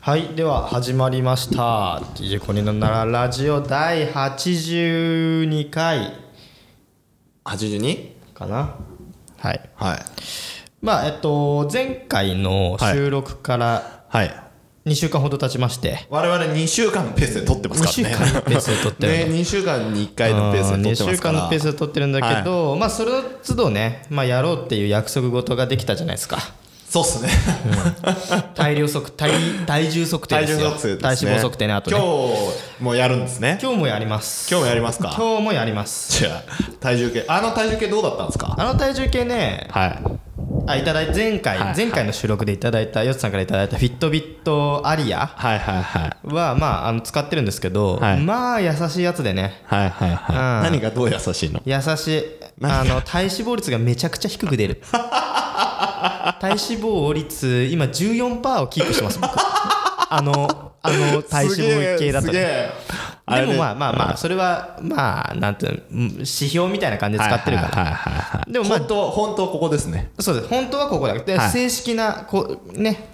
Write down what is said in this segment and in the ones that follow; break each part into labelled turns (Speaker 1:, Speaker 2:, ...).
Speaker 1: はいでは始まりました DJ コニのならラジオ第82回
Speaker 2: 82?
Speaker 1: かなはい
Speaker 2: はい
Speaker 1: まあえっと前回の収録から
Speaker 2: はい
Speaker 1: 2週間ほど経ちまして、
Speaker 2: 我々2週間のペースで撮ってます
Speaker 1: 2
Speaker 2: か
Speaker 1: 週
Speaker 2: らね
Speaker 1: 間のペースで撮ってるの
Speaker 2: ね2週間に1回のペースで撮って
Speaker 1: 2
Speaker 2: ま
Speaker 1: 週
Speaker 2: すか
Speaker 1: 間
Speaker 2: ら
Speaker 1: のペースで撮ってるんだけど、まあそれの都度ね、まあ、やろうっていう約束事ができたじゃない ですか
Speaker 2: そうっすね
Speaker 1: 体量測体体重測定
Speaker 2: 体
Speaker 1: です
Speaker 2: 重
Speaker 1: よ
Speaker 2: 測定ですね
Speaker 1: 体脂肪測定ねあとね
Speaker 2: 今日もやるんですね
Speaker 1: 今日もやります
Speaker 2: 今日もやりますか
Speaker 1: 今日もやります
Speaker 2: じゃあ体重計あの体重計どうだったんですか
Speaker 1: あの体重計ね
Speaker 2: は
Speaker 1: あいただい前回、
Speaker 2: はい
Speaker 1: 前回の収録でいただいたよつさんからいただいたフィットビットアリア
Speaker 2: はいはいはい
Speaker 1: はまああの使ってるんですけど、
Speaker 2: はい
Speaker 1: まあ優しいやつでね
Speaker 2: はいはい
Speaker 1: うん
Speaker 2: 何がどう優しいの
Speaker 1: 優しいあの体脂肪率がめちゃくちゃ低く 出る体脂肪率今14%をキープしてます 僕あのあの体脂肪系だと
Speaker 2: すげ
Speaker 1: ね
Speaker 2: えすげえ
Speaker 1: で
Speaker 2: れ
Speaker 1: もまあまあまあそれはまあなんていうのうん指標みたいな感じで使ってるから、
Speaker 2: はいはいはいはい
Speaker 1: でもまあ
Speaker 2: 本当本当ここですね
Speaker 1: そうです本当はここだで、
Speaker 2: はい
Speaker 1: 正式なこうね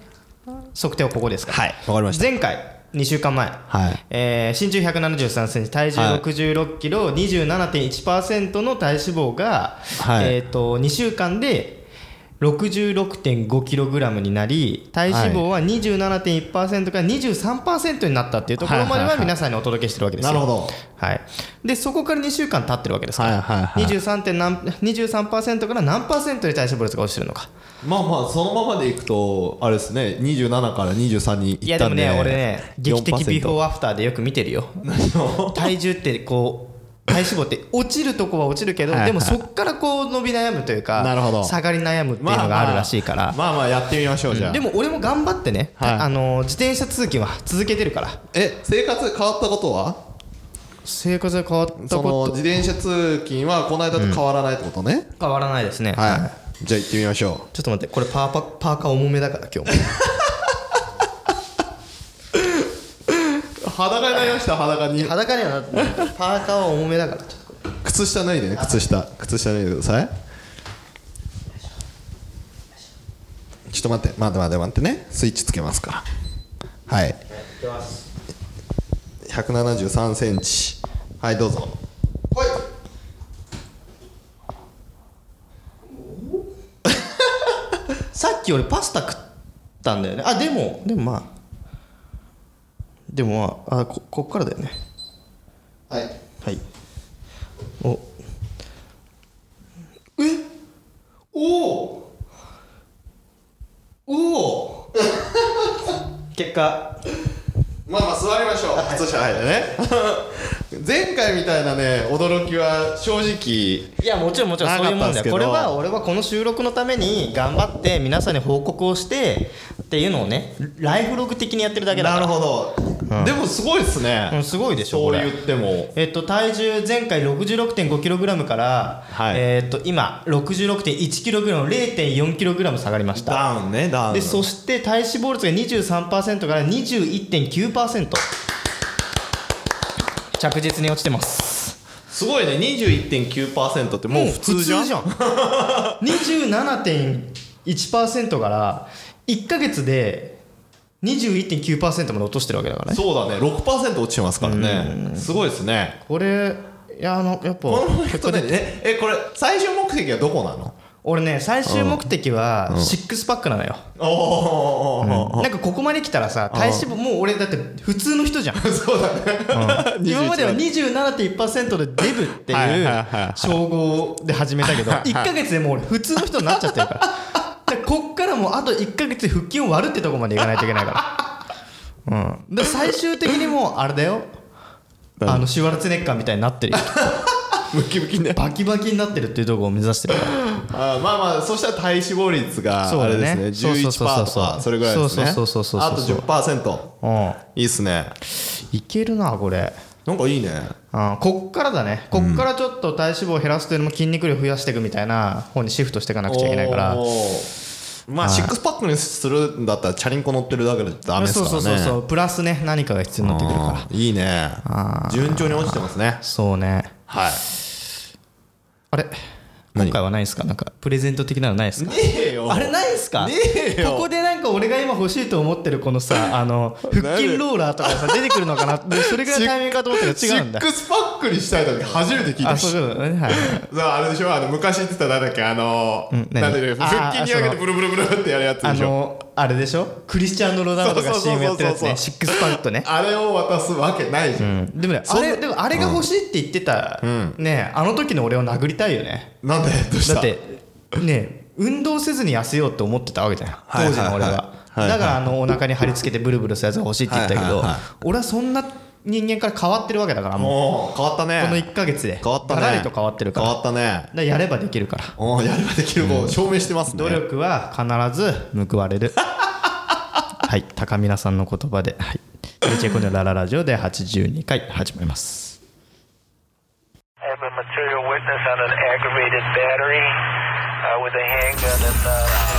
Speaker 1: 測定はここですから、
Speaker 2: はいわかりました
Speaker 1: 前回2週間前、
Speaker 2: はい
Speaker 1: えー身長1 7 3センチ体重
Speaker 2: はい
Speaker 1: 6 6キロ、27.1%の体脂肪が、
Speaker 2: はい
Speaker 1: えー、と2週間で6 6 5グラムになり体脂肪は27.1%から23%になったっていうところまで
Speaker 2: はいはい
Speaker 1: は
Speaker 2: はい
Speaker 1: 皆さんにお届けしてるわけです
Speaker 2: な
Speaker 1: よ
Speaker 2: るほど
Speaker 1: はい、でそこから2週間経ってるわけですから、
Speaker 2: はいはいはい
Speaker 1: 23点何23%から何パーセントで体脂肪率が落ちてるのか
Speaker 2: まあまあそのままでいくとあれですね27から23に
Speaker 1: い
Speaker 2: い
Speaker 1: や
Speaker 2: っ
Speaker 1: で
Speaker 2: た
Speaker 1: も
Speaker 2: んで
Speaker 1: ね俺ね劇的ビフォ
Speaker 2: ー
Speaker 1: ーアフターでよく見てるよ体重ってこう体脂肪って落ちるとこは落ちるけど
Speaker 2: はいはい
Speaker 1: でもそっからこう伸び悩むというか
Speaker 2: なるほど
Speaker 1: 下がり悩むっていうのがあるらしいから、
Speaker 2: まあまあやってみましょうじゃあ、
Speaker 1: でも俺も頑張ってね、
Speaker 2: はい
Speaker 1: あの自転車通勤は続けてるから
Speaker 2: え生活変わったことは
Speaker 1: 生活が変わった
Speaker 2: その
Speaker 1: こと
Speaker 2: 自転車通勤はこの間と変わらないってことね、
Speaker 1: 変わらないですね、
Speaker 2: はいじゃあ行ってみましょ
Speaker 1: ちょっと待ってこれパーパパーカー重めだから今日も
Speaker 2: う裸になりました裸に
Speaker 1: 裸にはなってないパーカーは重めだからちょっとこれ
Speaker 2: 靴下脱いでね靴下靴下脱いでくださいちょっと待って待って待って待ってねスイッチつけますからはい1 7 3センチはいどうぞはい
Speaker 1: さっき俺パスタ食ったんだよねあでもでもまあでもまああここっからだよね
Speaker 2: はい
Speaker 1: はいお
Speaker 2: おおおお
Speaker 1: 結果
Speaker 2: まあまあ座りましょう靴下はいでね 前回みたいなね驚きは正直
Speaker 1: いやもちろんもちろんそういうもんだ
Speaker 2: なかったんすけ
Speaker 1: よ
Speaker 2: ど
Speaker 1: これは俺はこの収録のために頑張って皆さんに報告をしてっていうのをねライフログ的にやってるだけだか
Speaker 2: なる
Speaker 1: ら
Speaker 2: ほど、でもすごいですね、
Speaker 1: うんすごいでしょ
Speaker 2: そ
Speaker 1: こ
Speaker 2: う
Speaker 1: れ
Speaker 2: 言っても
Speaker 1: えっと、体重前回 66.5kg から、
Speaker 2: はい
Speaker 1: えっと今 66.1kg0.4kg 下がりました
Speaker 2: ダウンねダウン
Speaker 1: でそして体脂肪率が23%から21.9%着実に落ちてます
Speaker 2: すごいね21.9%ってもう普通じゃん
Speaker 1: ん 27.1%から1か月で21.9%まで落としてるわけだからね
Speaker 2: そうだね6%落ちてますからねすごいですね
Speaker 1: これいやあのやっぱ
Speaker 2: この人ねねえこれ最終目的はどこなの
Speaker 1: 俺ね最終目的はシックスパックなのよ、
Speaker 2: おお、
Speaker 1: なんかここまで来たらさ体脂肪もう俺だって普通の人じゃん
Speaker 2: そうだ ね
Speaker 1: 今までは27.1%でデブって
Speaker 2: はいはい
Speaker 1: い
Speaker 2: はいうはい
Speaker 1: 称号で始めたけど1か月でもう俺普通の人になっちゃって るからでこっからもうあと1か月で腹筋を割るってとこまでいかないといけないから,、うん、で最終的にもうあれだよあのシュワルツェネッカーみたいにな ってるよ
Speaker 2: ムキムキね
Speaker 1: バキバキになってるっていうところを目指してるから
Speaker 2: あーまあまあそしたら体脂肪率が
Speaker 1: そう
Speaker 2: あ
Speaker 1: だ
Speaker 2: れ
Speaker 1: ね
Speaker 2: ですね
Speaker 1: そうそうそうそう
Speaker 2: 11%とかそれぐらいですね
Speaker 1: そうそうそうそうそうそう
Speaker 2: あと10%
Speaker 1: うん
Speaker 2: いいっすね
Speaker 1: いけるなこれ
Speaker 2: なんかいいね
Speaker 1: あーこっからだねこっからちょっと体脂肪を減らすというよりも筋肉量増やしていくみたいな方にシフトしていかなくちゃいけないから
Speaker 2: おーまあシックスパックにするんだったらチャリンコ乗ってるだけでダメですからね
Speaker 1: そうそうそうそうプラスね何かが必要になってくるから
Speaker 2: いいね順調に落ちてますね
Speaker 1: そうね
Speaker 2: はい
Speaker 1: あれ
Speaker 2: 何
Speaker 1: 今回はないですかなんかプレゼント的なのないですか
Speaker 2: えよ
Speaker 1: あれないですか
Speaker 2: ねえよ
Speaker 1: ここでなんか俺が今欲しいと思ってるこの さあの腹筋ローラーとかさ出てくるのかなってそれぐらいタイミングかと思ったけど違うんだ
Speaker 2: シックスパックにしたいとか初めて聞い
Speaker 1: あ
Speaker 2: たし
Speaker 1: そういうことねはい
Speaker 2: さああれでしょあの昔言ってたなんだっけあの
Speaker 1: うん何
Speaker 2: なんだっけ
Speaker 1: あー
Speaker 2: 腹筋に上げてブルブルブルってやるやつ
Speaker 1: あ
Speaker 2: でしょ
Speaker 1: のあれでしょクリスチャン・ロナウドが
Speaker 2: そうそうそうそう
Speaker 1: CM やってるやつねシックスパッドね
Speaker 2: あれを渡すわけないじゃん
Speaker 1: でもねあれでもあれが欲しいって言ってた
Speaker 2: ん
Speaker 1: ねあの時の俺を殴りたいよね
Speaker 2: なんでどうした
Speaker 1: だってね運動せずに痩せようと思ってたわけじゃん
Speaker 2: い
Speaker 1: 当時の俺
Speaker 2: はい
Speaker 1: は
Speaker 2: はいはい
Speaker 1: だからあのお腹に貼り付けてブルブルしたやつが欲しいって言ったけ
Speaker 2: はい
Speaker 1: ど
Speaker 2: はいはい
Speaker 1: 俺はそんな人間から変わってるわけだからも
Speaker 2: もう変わった
Speaker 1: う
Speaker 2: ね
Speaker 1: この1か月で
Speaker 2: 変わったね
Speaker 1: ガラリと変わってるから
Speaker 2: 変
Speaker 1: だか
Speaker 2: わったね
Speaker 1: らやればできるから
Speaker 2: おーやればできるもう証明してますね
Speaker 1: 努力は必ず報われ るはい高見菜さんの言葉で「はい、チェコのラララジオ」で82回始めます
Speaker 3: I have a material witness on an aggravated battery uh, with a handgun and. Uh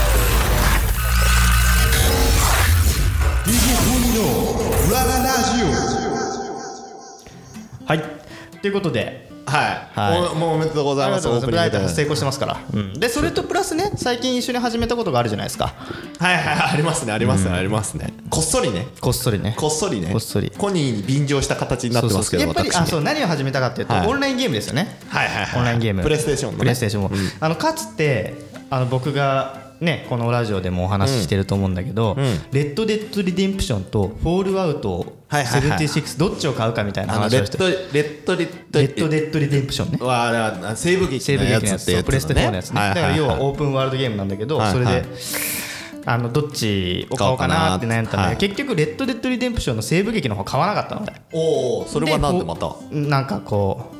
Speaker 2: DJ ラララジ
Speaker 1: はいということで
Speaker 2: オはい、
Speaker 1: はい
Speaker 2: おもうおめでとうございま
Speaker 1: あ
Speaker 2: す
Speaker 1: りがとうございますブライト
Speaker 2: オープ
Speaker 1: 成
Speaker 2: ニング
Speaker 1: 功してますから、でそれとプラスね最近一緒に始めたことがあるじゃないですか
Speaker 2: ではいはいはいありますねありますね、ありますねこっそりね
Speaker 1: こっそりね
Speaker 2: こっそりね
Speaker 1: こっそり
Speaker 2: コニーに便乗した形にな
Speaker 1: そ
Speaker 2: っ
Speaker 1: う
Speaker 2: て
Speaker 1: そ
Speaker 2: ま
Speaker 1: う
Speaker 2: す
Speaker 1: そ
Speaker 2: け
Speaker 1: う
Speaker 2: ど
Speaker 1: やっぱり
Speaker 2: 私
Speaker 1: あそう何を始めたかっていうと、
Speaker 2: はい
Speaker 1: オンラインゲームですよね
Speaker 2: はいはいはい
Speaker 1: オンラインゲーム
Speaker 2: プレイステーションのね
Speaker 1: プレイステーションも、あのかつてあの僕がねこのラジオでもお話ししてると思うんだけど、
Speaker 2: ん
Speaker 1: レッド・デッド・リデンプションとフォールアウト
Speaker 2: はいはいはい
Speaker 1: 76どっちを買うかみたいな
Speaker 2: あの
Speaker 1: 話
Speaker 2: レ
Speaker 1: をし
Speaker 2: ッ
Speaker 1: て
Speaker 2: ド
Speaker 1: レ
Speaker 2: レッドレッド
Speaker 1: ッド・デッド・リデンプションね
Speaker 2: はあれは西部劇
Speaker 1: 西部
Speaker 2: の
Speaker 1: 劇
Speaker 2: や
Speaker 1: のや
Speaker 2: つ
Speaker 1: つ
Speaker 2: って
Speaker 1: そ
Speaker 2: やつだね
Speaker 1: うプレステ4のやつね、
Speaker 2: はいはいはい
Speaker 1: だから要はオープンワールドゲームなんだけど、
Speaker 2: はいはい
Speaker 1: それであのどっちを買おうかなって悩んだんだけど、
Speaker 2: はい
Speaker 1: 結局レッド・デッド・リデンプションの西部劇の方買わなかったので
Speaker 2: おおそれはなんでまた
Speaker 1: こうなんかこ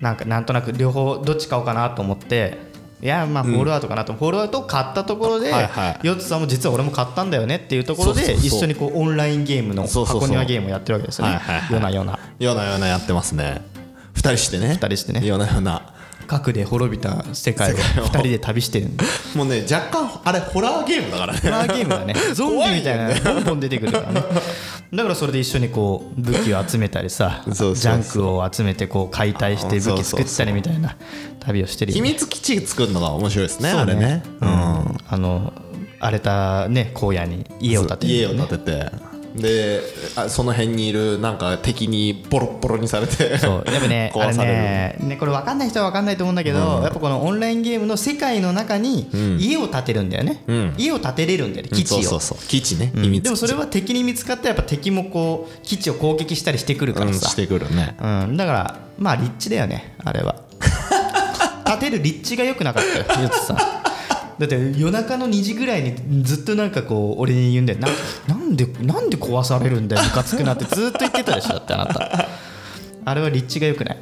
Speaker 1: うなんかなんとなく両方どっち買おうかなと思っていやまあフォールアウトかなと、フォールアウトを買ったところで、
Speaker 2: はいはい
Speaker 1: ヨッツさんも実は俺も買ったんだよねっていうところ
Speaker 2: そ
Speaker 1: で
Speaker 2: うそうそう
Speaker 1: 一緒にこうオンラインゲームの
Speaker 2: そうそうそ
Speaker 1: 箱
Speaker 2: う
Speaker 1: 庭ゲームをやってるわけですよね
Speaker 2: はいはいはい
Speaker 1: ようなような
Speaker 2: ようなようなやってますね二人してね二
Speaker 1: 人してね
Speaker 2: ようなような
Speaker 1: 核で滅びた世界を
Speaker 2: 世界を
Speaker 1: 2人で旅してるんで
Speaker 2: もうね若干あれホラーゲームだから
Speaker 1: ホ
Speaker 2: ね
Speaker 1: ラーゲーム がねゾンビみたいなのがボンボン出てくるからねだからそれで一緒にこう武器を集めたりさ
Speaker 2: そうそうそう
Speaker 1: ジャンクを集めてこう解体して
Speaker 2: そう
Speaker 1: 武器
Speaker 2: そうそう
Speaker 1: 作ったりみたいな旅をしてる
Speaker 2: 秘
Speaker 1: よね
Speaker 2: 密基地作るのが面白いですね
Speaker 1: そう
Speaker 2: あれね
Speaker 1: うんあの荒れたね荒野に家を建てる
Speaker 2: 家
Speaker 1: よ
Speaker 2: を
Speaker 1: ね
Speaker 2: 建ててであその辺にいるなんか敵にボロッボロにされて
Speaker 1: そうやっぱねあ
Speaker 2: 壊
Speaker 1: れ
Speaker 2: される
Speaker 1: ねねこれ分かんない人は分かんないと思うんだけど、やっぱこのオンラインゲームの世界の中に家を建てるんだよね、
Speaker 2: ん
Speaker 1: 家を建てれるんだよね
Speaker 2: うん
Speaker 1: 基地を、
Speaker 2: そうそう そう基地ね秘密基地
Speaker 1: でもそれは敵に見つかってやっぱ敵もこう基地を攻撃したりしてくるか
Speaker 2: う
Speaker 1: ら
Speaker 2: ん
Speaker 1: さ、
Speaker 2: してくるね
Speaker 1: うん、だからまあ立地だよねあれ は立てる立地が良くなかったよゆつさんだって夜中の2時ぐらいにずっとなんかこう俺に言うんだよななんでなんで壊されるんだよムカつくなってずっと言ってたでしょだってあなたあれは立地が良くない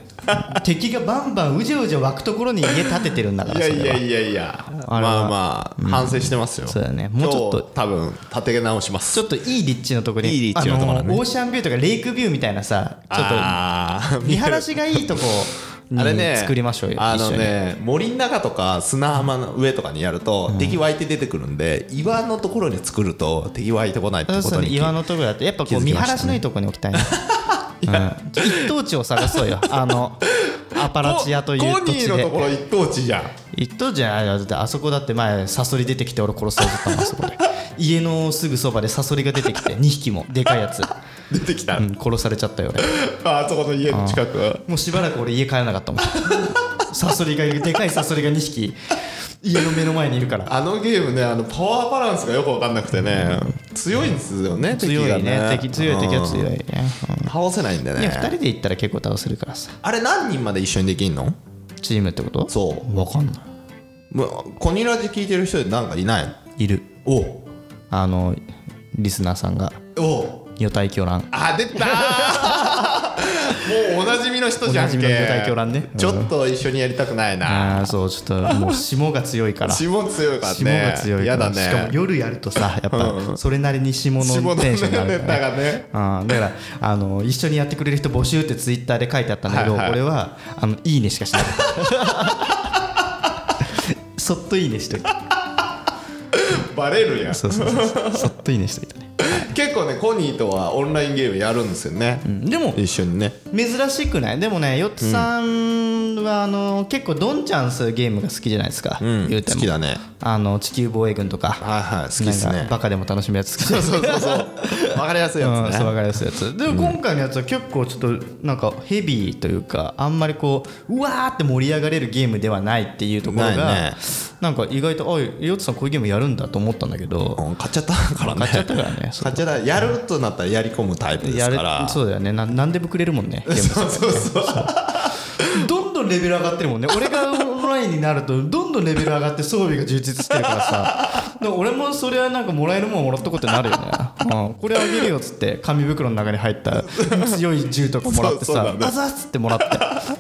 Speaker 1: 敵がバンバンうじゃうじゃ湧くところに家建ててるんだか
Speaker 2: い
Speaker 1: ら
Speaker 2: や
Speaker 1: それ
Speaker 2: い
Speaker 1: は
Speaker 2: やいやいやまあまあ反省してますよ
Speaker 1: そうだねもうちょっと
Speaker 2: 今日多分立て直します
Speaker 1: ちょっといい立地のとこに
Speaker 2: いい立地のとこだね
Speaker 1: あのオーシャンビューとかレイクビューみたいなさちょっと
Speaker 2: あー
Speaker 1: 見晴らしがいいとこに
Speaker 2: あれね
Speaker 1: 作りましょうよ
Speaker 2: あ
Speaker 1: 一
Speaker 2: の
Speaker 1: 緒に
Speaker 2: ね森の中とか砂浜の上とかにやると敵湧いて出てくるんで岩のところに作ると敵湧いてこないって
Speaker 1: そう
Speaker 2: こ
Speaker 1: そ
Speaker 2: と
Speaker 1: うね
Speaker 2: に
Speaker 1: 岩のとこだとやっぱこ
Speaker 2: 気
Speaker 1: う
Speaker 2: づ
Speaker 1: 見
Speaker 2: きまし
Speaker 1: 晴
Speaker 2: たね
Speaker 1: らしのいいとこに置き たいなうん一等地を探そうよあのアパラチアとい
Speaker 2: コ
Speaker 1: う土
Speaker 2: ニー
Speaker 1: 地
Speaker 2: の
Speaker 1: で
Speaker 2: ところ一等地じゃん
Speaker 1: 一等地じゃないよだってあそこだって前サソリ出てきて俺殺そうと思ったんそこで家のすぐそばでサソリが出てきて2匹もでかいやつ、
Speaker 2: 出てきた、
Speaker 1: うん、殺されちゃったよ俺
Speaker 2: あそこの家の近く
Speaker 1: もうしばらく俺家帰らなかったもんサソリがでかいサソリが2匹家の目の前にいるから
Speaker 2: あのゲームねあのパワーバランスがよく分かんなくてね、強いんですよね、敵
Speaker 1: 強
Speaker 2: が
Speaker 1: いね
Speaker 2: ね
Speaker 1: 敵強い敵は強い
Speaker 2: うん
Speaker 1: ね、
Speaker 2: 倒せないんだ
Speaker 1: うんい
Speaker 2: ね
Speaker 1: や2人で行ったら結構倒せるからさ
Speaker 2: あれ何人まで一緒にできんの
Speaker 1: チームってこと
Speaker 2: そう
Speaker 1: 分かんない
Speaker 2: もうコニラジ聞いてる人でなんかいない
Speaker 1: いる
Speaker 2: おう
Speaker 1: あのリスナーさんが
Speaker 2: おう
Speaker 1: 女体狂乱
Speaker 2: あ 出たーもうおなじみの人じゃんけ
Speaker 1: おなじみの魚体狂乱ね
Speaker 2: ちょっと一緒にやりたくないな
Speaker 1: ああそうちょっともう霜が強いから霜
Speaker 2: 霜強いからね
Speaker 1: が強いか
Speaker 2: や
Speaker 1: ら
Speaker 2: だ
Speaker 1: しかも
Speaker 2: ね
Speaker 1: 夜やるとさやっぱそれなりに霜
Speaker 2: 霜
Speaker 1: の
Speaker 2: の
Speaker 1: テ
Speaker 2: ネ
Speaker 1: ンションになる
Speaker 2: タ
Speaker 1: からね
Speaker 2: がね
Speaker 1: うんだからあの一緒にやってくれる人募集ってツイッターで書いてあったんだけど
Speaker 2: はいはい
Speaker 1: 俺はあのいいねしかしないそっといいねしといた
Speaker 2: バレるやん
Speaker 1: そうそうそうそうそっといいねしといたね
Speaker 2: 結構ねコニーとはオンラインゲームやるんですよね、
Speaker 1: でも
Speaker 2: 一緒にね
Speaker 1: 珍しくないでもねヨッツさんはあの結構ドンチャンするゲームが好きじゃないですか
Speaker 2: うん
Speaker 1: 言うて
Speaker 2: 好
Speaker 1: も
Speaker 2: きだね
Speaker 1: あの地球防衛軍とか、
Speaker 2: はいはい好きっすね
Speaker 1: なんかバカでも楽しむやつ好きそう
Speaker 2: そうそうそう分かりやすいや
Speaker 1: うん
Speaker 2: つ
Speaker 1: そう
Speaker 2: ね
Speaker 1: わかりやすいやつでも今回のやつは結構ちょっとなんかヘビーというかあんまりこううわーって盛り上がれるゲームではないっていうところが
Speaker 2: ないね
Speaker 1: なんか意外とあヨッツさんこういうゲームやるんだと思ったんだけど
Speaker 2: うん買っちゃったからね
Speaker 1: 買っちゃったからねそう
Speaker 2: 買っちゃったやるとなったらやり込むタイプです
Speaker 1: やる
Speaker 2: から
Speaker 1: そうだよねな何でもくれるもんねゲームそうそうそうどんどんレベル上がってるもんね俺がオンラインになるとどんどんレベル上がって装備が充実してるからさでも俺もそれはなんかもらえるもんもらったことになるよね、うん、これあげるよっつって紙袋の中に入った強い銃とかもらって
Speaker 2: そうそう
Speaker 1: さ
Speaker 2: だね
Speaker 1: あざっつってもらって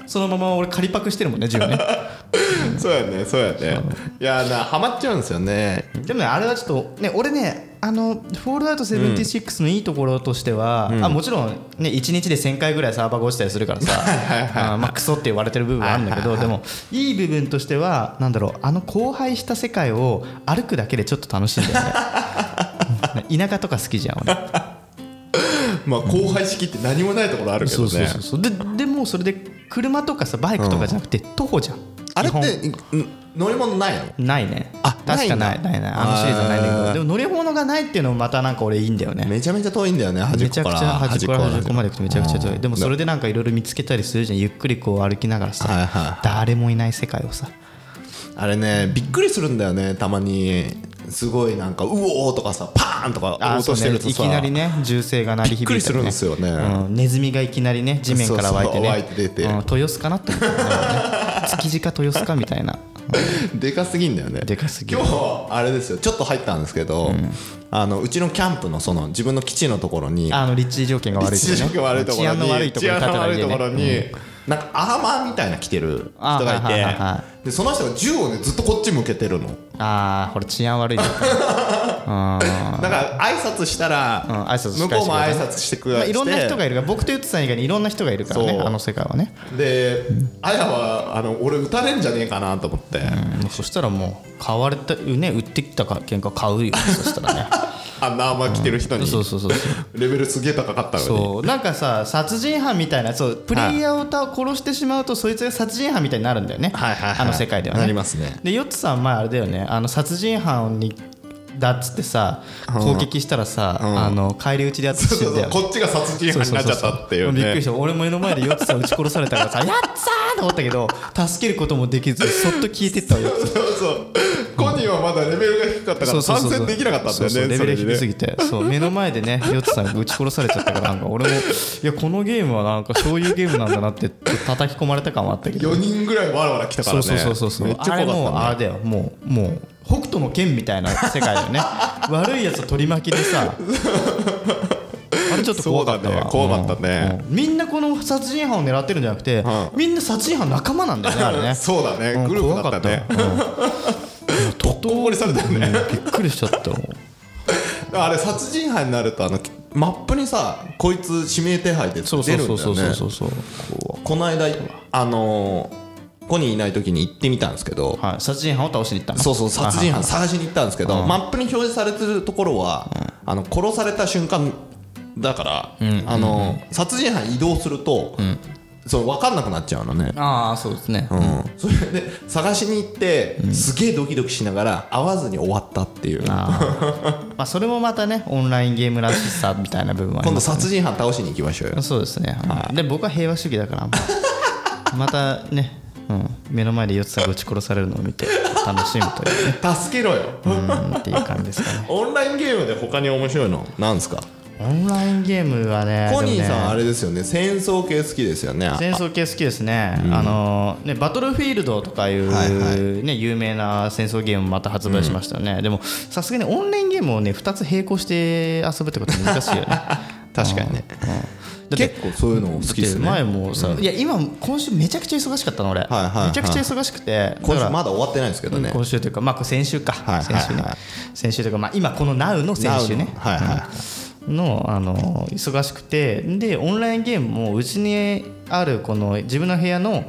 Speaker 1: そのまま俺仮パクしてるもんね銃ね
Speaker 2: そうやねそうやねいやなハマっちゃうんですよね
Speaker 1: でもねあれはちょっとね俺ねあの「フォールアウト76」のいいところとしては、あもちろん、ね、1日で1000回ぐらいサーバーが落ちたりするから さあーまあクソって言われてる部分はあるんだけどでもいい部分としてはなんだろうあの荒廃した世界を歩くだけでちょっと楽しいんだよ ねうん田舎とか好きじゃん俺
Speaker 2: まあ後輩式って何もないところあるけどね
Speaker 1: そうででもそれで車とかさバイクとかじゃなくて徒歩じゃん
Speaker 2: あれっ
Speaker 1: 基本
Speaker 2: てん乗り物ないの
Speaker 1: ないね
Speaker 2: あ
Speaker 1: 確か
Speaker 2: な
Speaker 1: ないい
Speaker 2: んだ
Speaker 1: ないないあのシリーズはないんだけ
Speaker 2: あー
Speaker 1: どでも乗り物がないっていうのもまたなんか俺いいんだよね
Speaker 2: めちゃめちゃ遠いんだよね端
Speaker 1: め
Speaker 2: っ
Speaker 1: ちゃ
Speaker 2: こ
Speaker 1: く
Speaker 2: か
Speaker 1: ち
Speaker 2: ら
Speaker 1: ゃ端っこから端っこまで行くとめちゃくちゃ遠
Speaker 2: う
Speaker 1: い
Speaker 2: ん
Speaker 1: でもそれでなんかいろいろ見つけたりするじゃんゆっくりこう歩きながら
Speaker 2: はいはい
Speaker 1: さ
Speaker 2: は
Speaker 1: 誰もいない世界をさ
Speaker 2: あれねびっくりするんだよねたまにすごいなんかうおーとかさパーンとか
Speaker 1: あー
Speaker 2: 落として
Speaker 1: そ
Speaker 2: ると
Speaker 1: うね
Speaker 2: さ
Speaker 1: いきなりね銃声が鳴り響いた
Speaker 2: びっくりするんですよね
Speaker 1: うんネズミがいきなりね地面から湧いてね
Speaker 2: そうそう湧いて出て
Speaker 1: うん豊洲かなって思ったよね 築地か豊洲かみたいな
Speaker 2: でかすぎんだよね
Speaker 1: でかすぎる
Speaker 2: 今日あれですよちょっと入ったんですけど、あのうちのキャンプのその自分の基地のところに
Speaker 1: あの立地条件が悪いとこね
Speaker 2: 一時悪いとこ
Speaker 1: 治
Speaker 2: ろに
Speaker 1: 安の悪いところに
Speaker 2: 治安の悪い
Speaker 1: 建て
Speaker 2: とこ
Speaker 1: た
Speaker 2: ろ
Speaker 1: 家
Speaker 2: に、
Speaker 1: ね
Speaker 2: なんかアーマーみたいな着てる人
Speaker 1: あ
Speaker 2: がいて
Speaker 1: はいはいはいは
Speaker 2: でその人が銃をねずっとこっち向けてるの
Speaker 1: ああこれ治安悪いよねうん
Speaker 2: だから挨拶したら、
Speaker 1: うん挨拶し
Speaker 2: 向
Speaker 1: 返してくれた
Speaker 2: こうも挨拶してくれて、
Speaker 1: まあいろんな人がいるから僕とゆってさん以外にいろんな人がいるからね
Speaker 2: そう
Speaker 1: あの世界はね
Speaker 2: で、あやはあの俺撃たれんじゃねえかなと思って、
Speaker 1: もうそしたらもう買われたね売ってきたか喧嘩買うよそした らね
Speaker 2: あんな甘着てる人に、
Speaker 1: そうそうそうそう
Speaker 2: レベルすげえ高かったのに
Speaker 1: そうなんかさ殺人犯みたいなそうプレイヤーをた殺してしまうとそいつが殺人犯みたいになるんだよね、
Speaker 2: はいはいはい
Speaker 1: あの世界ではね
Speaker 2: なりますね
Speaker 1: でヨッツさん前あれだよねあの殺人犯にだっつってさ攻撃したらさ、あの返り討ちでやって死んだ
Speaker 2: そ
Speaker 1: よ
Speaker 2: う
Speaker 1: ね
Speaker 2: そうこっちが殺人犯になっちゃったっていう
Speaker 1: そそそびっく
Speaker 2: ね
Speaker 1: りした俺も目の前でヨッツさん撃ち殺されたからさ「やっつー!」と思ったけど助けることもできずそっと消えてったわよ
Speaker 2: そうそうコニーはまだレベルが低かったか
Speaker 1: そう
Speaker 2: ら
Speaker 1: そう
Speaker 2: 参
Speaker 1: そう
Speaker 2: 戦できなかったんだ
Speaker 1: そうそ
Speaker 2: よ
Speaker 1: う
Speaker 2: ね
Speaker 1: レ
Speaker 2: そ
Speaker 1: ベル
Speaker 2: れ
Speaker 1: が低
Speaker 2: に
Speaker 1: す
Speaker 2: ね
Speaker 1: ぎてそう目の前で ねヨッツさんが撃ち殺されちゃったからなんか俺もいやこのゲームはなんかそういうゲームなんだなって叩き込まれた感はあったけど
Speaker 2: 4人ぐらいわらわら来たから
Speaker 1: そう
Speaker 2: ね
Speaker 1: そうそうそうそう、
Speaker 2: めっちゃ
Speaker 1: あれ
Speaker 2: 怖か
Speaker 1: もう
Speaker 2: った
Speaker 1: あ
Speaker 2: ね
Speaker 1: れだよもうもう北斗の剣みたいな世界 だよね悪いやつを取り巻きでさあれちょっと怖かった
Speaker 2: そう
Speaker 1: わ、
Speaker 2: だね怖かったね
Speaker 1: うんうんみんなこの殺人犯を狙ってるんじゃなくて、
Speaker 2: う
Speaker 1: みんな殺人犯仲間なんだよねあれね
Speaker 2: そうだねグループだったね
Speaker 1: 怖 かったうんいやと
Speaker 2: 大盛りされたよね
Speaker 1: びっくりしちゃったもん
Speaker 2: あれ殺人犯になるとあのマップにさこいつ指名手配で
Speaker 1: そうそ
Speaker 2: 出
Speaker 1: う
Speaker 2: るん
Speaker 1: そう
Speaker 2: だ
Speaker 1: そう
Speaker 2: よ
Speaker 1: そ
Speaker 2: ね
Speaker 1: うそうそう
Speaker 2: この間あのーコニーいない時に行ってみたんですけど
Speaker 1: はい、殺人犯を倒しに行ったの
Speaker 2: そうそう殺人犯
Speaker 1: あ
Speaker 2: 探しに行ったんですけどマップに表示されてるところはあの殺された瞬間だからあのー殺人犯移動するとその分かんなくなっちゃうのね
Speaker 1: ああそうですね、
Speaker 2: うんそれで探しに行ってすげえドキドキしながら会わずに終わったっていう今
Speaker 1: あーまあそれもまたねオンラインゲームらしさみたいな部分はあり
Speaker 2: 度
Speaker 1: ます
Speaker 2: 殺人犯倒しに行きましょうよ
Speaker 1: そうですね、で僕は平和主義だから まあまたね、うん、目の前で四つさんが撃ち殺されるのを見て楽しむというね
Speaker 2: 助けろよ
Speaker 1: うんっていう感じですかね
Speaker 2: オンラインゲームで他に面白いのなんですか
Speaker 1: オンラインゲームはね
Speaker 2: コニーさんあ
Speaker 1: れ
Speaker 2: れですよね戦争系好きですよね
Speaker 1: 戦争系好きですね,、あのねバトルフィールドとかいう、
Speaker 2: はいは
Speaker 1: ね、有名な戦争ゲームまた発売しましたよね、でもさすがにオンラインゲームをね2つ並行して遊ぶってことは難しいよね
Speaker 2: 確かにね
Speaker 1: うんだって
Speaker 2: 結構そういうの好きですね
Speaker 1: だって前もさ、いや今今週めちゃくちゃ忙しかったの俺、
Speaker 2: はいはい
Speaker 1: めちゃくちゃ忙しくて
Speaker 2: 今
Speaker 1: だ
Speaker 2: 週
Speaker 1: から
Speaker 2: まだ終わってないんですけどね
Speaker 1: 今週というか、まあ、先週か、
Speaker 2: はい
Speaker 1: 先週ね
Speaker 2: はいはい
Speaker 1: 先週というか、まあ、今この NOW の先週ね
Speaker 2: Now はいはい
Speaker 1: のあの忙しくてでオンラインゲームもうちにあるこの自分の部屋の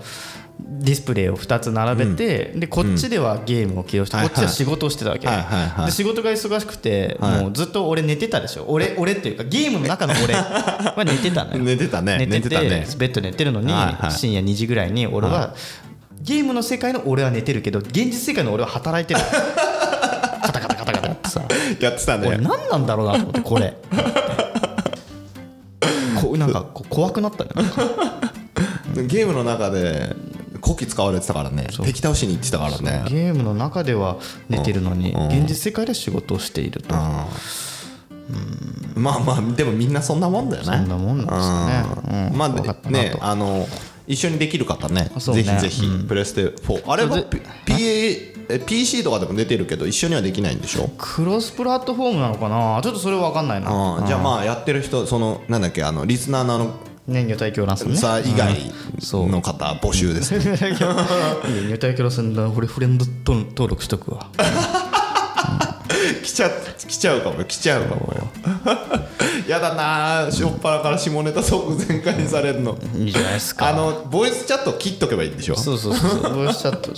Speaker 1: ディスプレイを2つ並べて、でこっちではゲームを起用して、
Speaker 2: はいは
Speaker 1: こ
Speaker 2: い
Speaker 1: っちは仕事をしてたわけ、
Speaker 2: はいはいはい
Speaker 1: で仕事が忙しくて、
Speaker 2: はい
Speaker 1: もうずっと俺寝てたでしょ俺俺っていうかゲームの中の俺 は寝てたのよ
Speaker 2: 寝てたね
Speaker 1: 寝てて
Speaker 2: 寝てたね
Speaker 1: ベッドで寝てるのに、
Speaker 2: はいはい
Speaker 1: 深夜2時ぐ らいに俺は、ゲームの世界の俺は寝てるけど現実世界の俺は働いてるさ
Speaker 2: やってた
Speaker 1: 俺
Speaker 2: ね
Speaker 1: 何なんだろうなと思ってこ れこなんかこう怖くなったね
Speaker 2: ゲームの中でこき使われてたからね敵倒しに行ってたからね
Speaker 1: ゲームの中では寝てるのに現実世界で仕事をしていると
Speaker 2: まあまあでもみんなそんなもんだよね
Speaker 1: そんなもんなんですよね
Speaker 2: うんまあ
Speaker 1: 分かった
Speaker 2: で
Speaker 1: な
Speaker 2: ね
Speaker 1: と
Speaker 2: あの一緒にできる方ね
Speaker 1: あそう
Speaker 2: ぜ
Speaker 1: ね
Speaker 2: ひぜひプレステ4あれは P- PA え PC とかでも出てるけど一緒にはできないんでしょ
Speaker 1: クロスプラットフォームなのかなちょっとそれ分かんないな
Speaker 2: あーじゃあまあやってる人そのなんだっけあのリスナーのあの
Speaker 1: ね女体狂乱するね
Speaker 2: さ以外
Speaker 1: そう
Speaker 2: の方募集ですね
Speaker 1: 女体狂乱するんだ俺フレンド登録登録しとくわ
Speaker 2: 来ちゃ来ちゃうかもよ来ちゃうかもよ やだなーしょっぱらから下ネタ即全開にされるの
Speaker 1: いいじゃないですか
Speaker 2: あのボイスチャット切っとけばいいんでしょ
Speaker 1: そうそうそうそうボイスチャット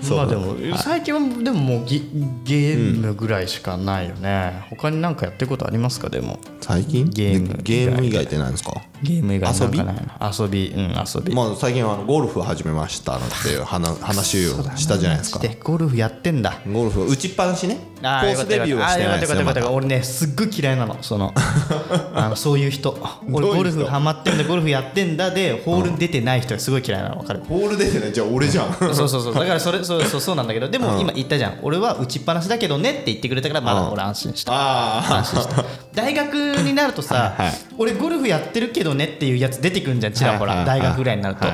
Speaker 1: そうまあでも最近はでももうゲゲームぐらいしかないよね、他に何かやってることありますかでも
Speaker 2: 最近
Speaker 1: ゲーム以外
Speaker 2: でゲーム以外ってなんですか
Speaker 1: ゲーム以外
Speaker 2: 遊び
Speaker 1: なんかないの遊びうん遊び、
Speaker 2: まあ、最近はあのゴルフを始めましたなんていう話話をしたじゃないですか。
Speaker 1: でゴルフやってんだ
Speaker 2: ゴルフは打ちっぱなしね。コ
Speaker 1: あ
Speaker 2: ースデビューはしてないです
Speaker 1: よ
Speaker 2: ね。
Speaker 1: かっ
Speaker 2: ま
Speaker 1: たよかったよかったよかった
Speaker 2: だ
Speaker 1: 俺ねすっごい嫌いなのその あのそういう 人俺
Speaker 2: どうい
Speaker 1: ゴ
Speaker 2: う
Speaker 1: ル
Speaker 2: 人
Speaker 1: フハマってんだゴルフやってんだでホール出てない人がすごい嫌いなの分かる
Speaker 2: ボール出てないじゃあ俺じゃん。
Speaker 1: そうそうそう だからそれそうそうそうなんだけどでも今言ったじゃん俺は打ちっぱなしだけどねって言ってくれたからまだ俺安心した
Speaker 2: あ
Speaker 1: 安心した大学になるとさ
Speaker 2: はいはい
Speaker 1: 俺ゴルフやってるけどねっていうやつ出てくるんじゃんちらほ
Speaker 2: は
Speaker 1: ら
Speaker 2: いはいはい
Speaker 1: 大学ぐらいになると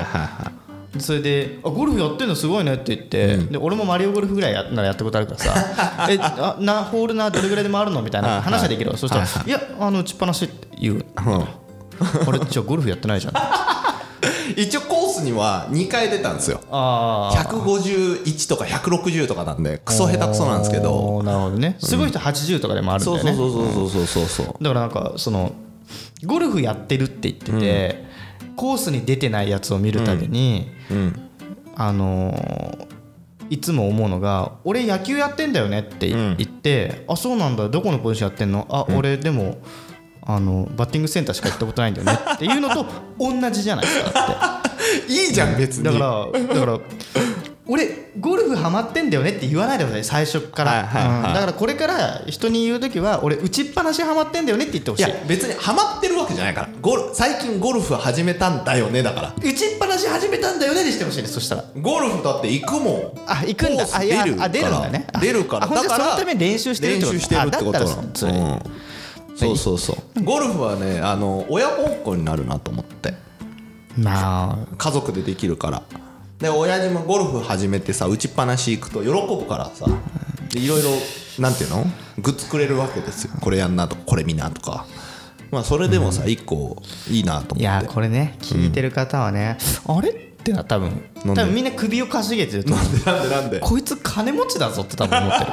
Speaker 1: それであゴルフやってんのすごいねって言って、で俺もマリオゴルフぐらいやならやったことあるから さえあなホールなどれぐらいで回るのみたいな話はできるわそしたら「いやあの打ちっぱなし」って言う
Speaker 2: あ。うん
Speaker 1: 俺じゃあゴルフやってないじゃんあ
Speaker 2: 一応コースには2回出たんですよ。
Speaker 1: あ
Speaker 2: 151とか160とかなんでクソ下手くそなん ですけど。
Speaker 1: おーなるほどねすごい人80とかでもあるんだ
Speaker 2: そう
Speaker 1: よ
Speaker 2: そう
Speaker 1: ね
Speaker 2: そうそうそうそうそう。
Speaker 1: だからなんかそのゴルフやってるって言ってて、コースに出てないやつを見るたびに、あのーいつも思うのが「俺野球やってんだよね」ってい言って「あそうなんだどこのポジションやってんのあ俺でもあのバッティングセンターしか行ったことないんだよね」っていうのと同じじゃないですか
Speaker 2: いいじゃん別
Speaker 1: ってだ
Speaker 2: に。
Speaker 1: からだから俺ゴルフハマってんだよねって言わないでほしい最初から、
Speaker 2: はいはいはい
Speaker 1: うんだからこれから人に言う時は俺打ちっぱなしハマってんだよねって言ってほし
Speaker 2: い
Speaker 1: い
Speaker 2: や別にハマってるわけじゃないからゴル最近ゴルフ始めたんだよねだから
Speaker 1: 打ちっぱなし始めたんだよねでしてほしいねそしたら
Speaker 2: ゴルフだって行くもん
Speaker 1: あ行くんだ
Speaker 2: コース
Speaker 1: あいや
Speaker 2: 出る
Speaker 1: あ出るんだねあ
Speaker 2: 出るから
Speaker 1: あほん
Speaker 2: だ
Speaker 1: で
Speaker 2: から
Speaker 1: そのために練習してるってこと
Speaker 2: 練習してるってこと
Speaker 1: あだっ
Speaker 2: な
Speaker 1: たらそれ
Speaker 2: のうんそうそうそうゴルフはねあの親孝行になるなと思って
Speaker 1: まあ
Speaker 2: 家族でできるからで親父もゴルフ始めてさ打ちっぱなし行くと喜ぶからさでいろいろなんていうのグッズくれるわけですよこれやんなとかこれ見なとかまあそれでもさ一個いいなと
Speaker 1: い
Speaker 2: 思っ
Speaker 1: や
Speaker 2: て
Speaker 1: これね聞いてる方はね、あれってな多分多
Speaker 2: なんで
Speaker 1: 分みんな首をかしげてると思う
Speaker 2: なんでなんで
Speaker 1: こいつ金持ちだぞって多分思 ってる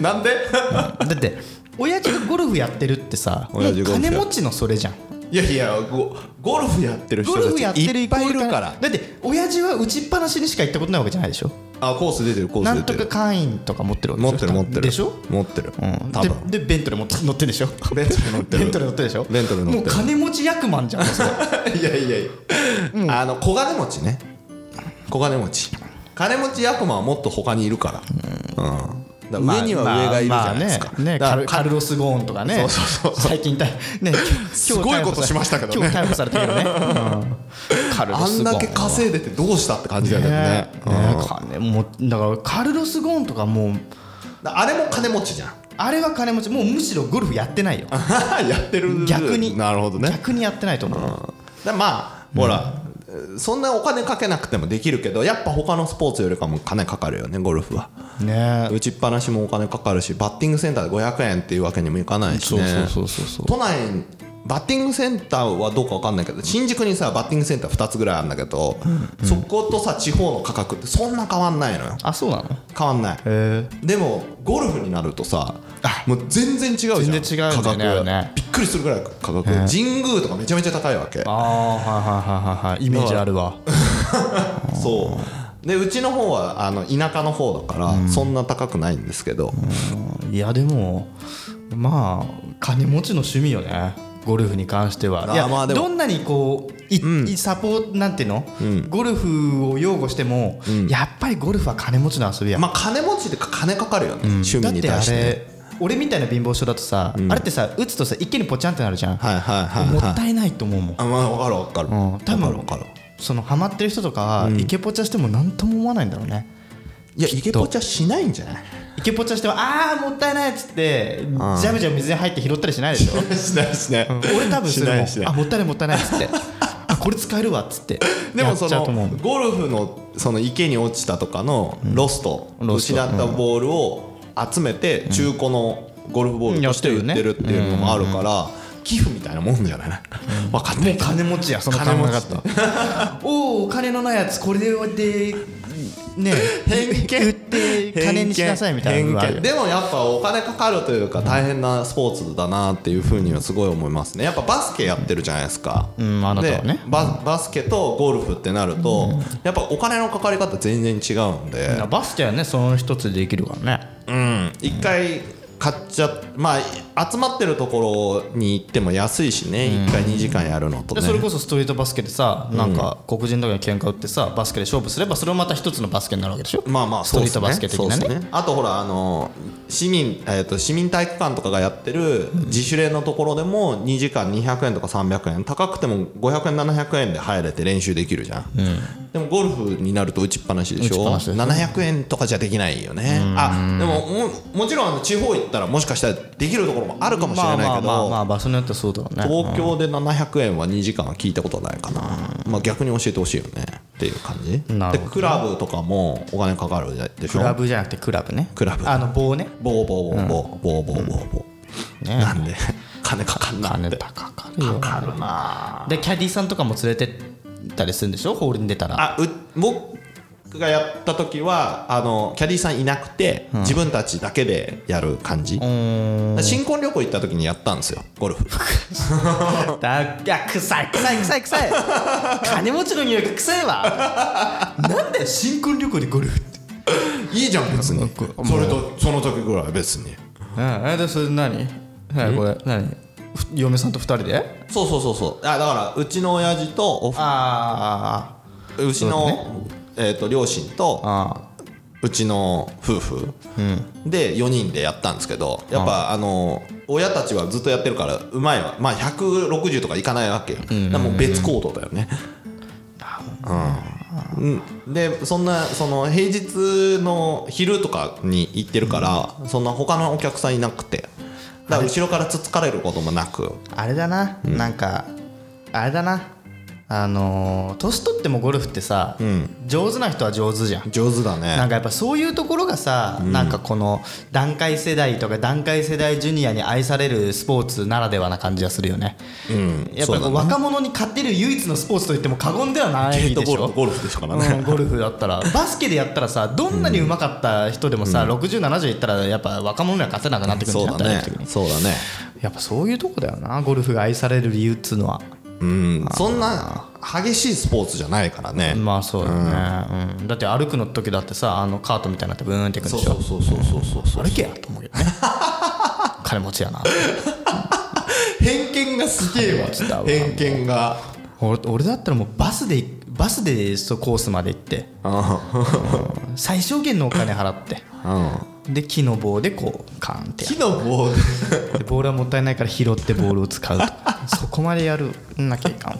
Speaker 2: なんで
Speaker 1: だって親父がゴルフやってるってさも
Speaker 2: 親父
Speaker 1: う
Speaker 2: ゴルフや
Speaker 1: 金持ちのそれじゃん
Speaker 2: いやいやゴゴルフやってる人
Speaker 1: ゴルフやっ
Speaker 2: たち
Speaker 1: てる
Speaker 2: いっぱい
Speaker 1: イ
Speaker 2: い
Speaker 1: コール
Speaker 2: る
Speaker 1: 金
Speaker 2: から
Speaker 1: だって親父は打ちっぱなしにしか行ったことないわけじゃないでしょ
Speaker 2: あコース出てるコー
Speaker 1: な
Speaker 2: ス出
Speaker 1: ん
Speaker 2: て
Speaker 1: と
Speaker 2: る
Speaker 1: か会員とか持ってるわけ
Speaker 2: 持っ
Speaker 1: でしてょ
Speaker 2: る持ってる
Speaker 1: でしょ
Speaker 2: 持ってる、
Speaker 1: うん
Speaker 2: 多分
Speaker 1: ででベントレーも乗ってんでしょ
Speaker 2: ベントレー乗ってる
Speaker 1: ベントレー乗ってるでしょ
Speaker 2: ベントレー乗って
Speaker 1: も
Speaker 2: る
Speaker 1: う金持ち役満じゃんそれ
Speaker 2: いやいやいや、あの小金持ちね小金持ち金持ちヤクマはもっと他にいるから,、うんだから上には上がいるじゃないですか,、
Speaker 1: まあまあねね
Speaker 2: だ
Speaker 1: カ
Speaker 2: から
Speaker 1: ルカルロス・ゴーンとかね
Speaker 2: そうそうそう
Speaker 1: 最近逮ね今日
Speaker 2: すごいことしましたけどね
Speaker 1: 今日逮捕されてるよね、うんカルロ
Speaker 2: あ
Speaker 1: ス・
Speaker 2: ん
Speaker 1: ゴーン
Speaker 2: だけ稼いでてどうしたって感じだけどね
Speaker 1: ね
Speaker 2: うん
Speaker 1: ね金もだからカルロス・ゴーンとかもう
Speaker 2: だあれも金持ちじゃん
Speaker 1: あれは金持ちもうむしろゴルフやってないよ
Speaker 2: やってる
Speaker 1: 逆に
Speaker 2: なるほどね
Speaker 1: 逆にやってないと思う
Speaker 2: だまあほら、そんなお金かけなくてもできるけどやっぱ他のスポーツよりかも金かかるよねゴルフは
Speaker 1: ね
Speaker 2: 打ちっぱなしもお金かかるしバッティングセンターで500円っていうわけにもいかないしね
Speaker 1: うそうそ
Speaker 2: 都内バッティングセンターはどうか分かんないけど新宿にさバッティングセンター2つぐらいあるんだけど、そことさ地方の価格ってそんな変わんないのよ
Speaker 1: あそうなの
Speaker 2: 変わんない
Speaker 1: へ
Speaker 2: でもゴルフになるとさもう全然違うじゃん
Speaker 1: 全然違うんだよね
Speaker 2: 価格
Speaker 1: あれね
Speaker 2: びっくりするぐらい価格神宮とかめちゃめちゃ高いわけ
Speaker 1: ああはいはいはいはいはいイメージあるわ
Speaker 2: そうでうちの方はあの田舎の方だから、そんな高くないんですけど、
Speaker 1: いやでもまあ金持ちの趣味よねゴルフに関しては
Speaker 2: あー
Speaker 1: いや、
Speaker 2: まあでも
Speaker 1: どんなにこういいサポーなんていうの、
Speaker 2: ん
Speaker 1: ゴルフを擁護しても、やっぱりゴルフは金持ちの遊びや、
Speaker 2: まあ金持ちってか金かかるよね、趣
Speaker 1: だ
Speaker 2: 味
Speaker 1: っ
Speaker 2: に
Speaker 1: てあ
Speaker 2: 対してね
Speaker 1: れ俺みたいな貧乏症だとさ、あれってさ打つとさ一気にポチャンってなるじゃん、
Speaker 2: はいはいはい
Speaker 1: も
Speaker 2: はい
Speaker 1: ったいないと思うもん
Speaker 2: あまあ分かる分かる、
Speaker 1: うん多分
Speaker 2: 分かる分かる
Speaker 1: そのハマってる人とかは、イケポチャしても何とも思わないんだろうね
Speaker 2: いやイケポチャしないんじゃない
Speaker 1: イケポチャしてもああもったいないっつってジャブジャブ水に入って拾ったりしないでし ょ
Speaker 2: しないしない、
Speaker 1: 俺多分するも
Speaker 2: し
Speaker 1: ん
Speaker 2: ないしない
Speaker 1: あもったいないもったいないっつってあこれ使えるわっつって
Speaker 2: でも
Speaker 1: や
Speaker 2: そ
Speaker 1: っちゃう
Speaker 2: の
Speaker 1: と思う
Speaker 2: ゴルフのその池に落ちたとかのロスト、
Speaker 1: ロスト
Speaker 2: 失ったボールを集めて中古のゴルフボールとして
Speaker 1: うん
Speaker 2: 売ってるっていうのもあるから寄付みたいなもんじゃない 分かんない
Speaker 1: 金持ちやその考え
Speaker 2: 金持ち
Speaker 1: 方おおお金のないやつこれでね
Speaker 2: 偏見
Speaker 1: 売って金にしなさいみたいなのがある
Speaker 2: 偏見でもやっぱお金かかるというか大変なスポーツだなっていうふうにはすごい思いますねやっぱバスケやってるじゃないですか、
Speaker 1: うんあなたはね
Speaker 2: でババスケとゴルフってなると、やっぱお金のかかり方全然違うんで、
Speaker 1: バスケはねその一つでできるからね
Speaker 2: うん、一回買っちゃまあ集まってるところに行っても安いしね一回2時間やるのと
Speaker 1: で
Speaker 2: ね
Speaker 1: それこそストリートバスケでさなんか黒人とかに喧嘩売ってさバスケで勝負すればそれもまた一つのバスケになるわけでしょ
Speaker 2: まあまあ
Speaker 1: ストリート
Speaker 2: そうっ
Speaker 1: バ
Speaker 2: す
Speaker 1: スケ
Speaker 2: ね
Speaker 1: 的な
Speaker 2: そうっ
Speaker 1: ね
Speaker 2: すあとほらあの市民えっと市民体育館とかがやってる自主練のところでも2時間200円とか300円高くても500円700円で入れて練習できるじゃん、でもゴルフになると打ちっぱなしでし
Speaker 1: 打ちっ
Speaker 2: ょ
Speaker 1: ぱなしですね
Speaker 2: 700円とかじゃできないよねあでもももちろんあの地方行ったらもしかしたらできるところもあるかもしれないけど、
Speaker 1: まあまあまあまあ場所によってはそうだろうね
Speaker 2: 東京で700円は2時間は聞いたことないかな、まあ、逆に教えてほしいよねっていう感じ
Speaker 1: なるほどね
Speaker 2: でクラブとかもお金かかるでしょ
Speaker 1: クラブじゃなくてクラブね
Speaker 2: クラブ
Speaker 1: あの棒ね
Speaker 2: ボーボーボーボーボーボーボーボー、
Speaker 1: ね
Speaker 2: なんで金かかんなっ
Speaker 1: 金
Speaker 2: て
Speaker 1: 高かるよ
Speaker 2: かかるな
Speaker 1: でキャディーさんとかも連れてったりするんでしょホールに出たら
Speaker 2: あう僕がやった時はあのキャディーさんいなくて、自分たちだけでやる感じ、新婚旅行行った時にやったんですよゴルフ
Speaker 1: だいや臭い臭い臭い 臭い金持ちの匂いが臭いわなんだよ新婚旅行でゴルフって
Speaker 2: いいじゃん 別にそれとその時ぐらいは別に
Speaker 1: うんえでそれ何はいこれ何ふ嫁さんと二人で
Speaker 2: そうそうそうそうあだからうちの親父とお
Speaker 1: あー
Speaker 2: うちの、えー、と両親と
Speaker 1: あ
Speaker 2: うちの夫婦で4人でやったんですけどやっぱあの親たちはずっとやってるからうまいわまあ160とかいかないわけよだからもう別行動だよねうんでそんなその平日の昼とかに行ってるからそんな他のお客さんいなくてだから後ろからつつかれることもなく
Speaker 1: ああれだな、なんかあれだなあのー年取ってもゴルフってさ、上手な人は上手じゃん
Speaker 2: 上手だ
Speaker 1: な
Speaker 2: ね
Speaker 1: んかやっぱそういうところがさ、なんかこの団塊世代とか団塊世代ジュニアに愛されるスポーツならではな感じがするよね、やっぱ
Speaker 2: そう
Speaker 1: り
Speaker 2: だね
Speaker 1: 若者に勝てる唯一のスポーツといっても過言ではな
Speaker 2: ヘ
Speaker 1: い
Speaker 2: ッド
Speaker 1: でしょ
Speaker 2: ボールゴルフですから
Speaker 1: うん
Speaker 2: ね
Speaker 1: ゴルフだ ったらバスケでやったらさどんなに上手かった人でもさ、6070いったらやっぱ若者には勝てなくなってくるん
Speaker 2: そ
Speaker 1: じ
Speaker 2: う
Speaker 1: ゃない
Speaker 2: だ
Speaker 1: 体
Speaker 2: ね
Speaker 1: 力的に
Speaker 2: そうだね
Speaker 1: やっぱそういうとこだよなゴルフが愛される理由っつうのは
Speaker 2: うんそんな激しいスポーツじゃないからね、
Speaker 1: まあそうだね、うんだって歩くの時だってさあのカートみたいになってブーンってくるでしょ
Speaker 2: そうそうそうそうそうそう
Speaker 1: 歩けやと思うけどね金持ちやな
Speaker 2: 偏見がすげえわ
Speaker 1: ちだわ
Speaker 2: 偏見が
Speaker 1: 俺俺だったらもうバスでバスでそうコースまで行って最小限のお金払ってで木の棒でこうカーンってや
Speaker 2: 木の棒で
Speaker 1: るでボールはもったいないから拾ってボールを使う とかそこまでやるなきゃいかんわ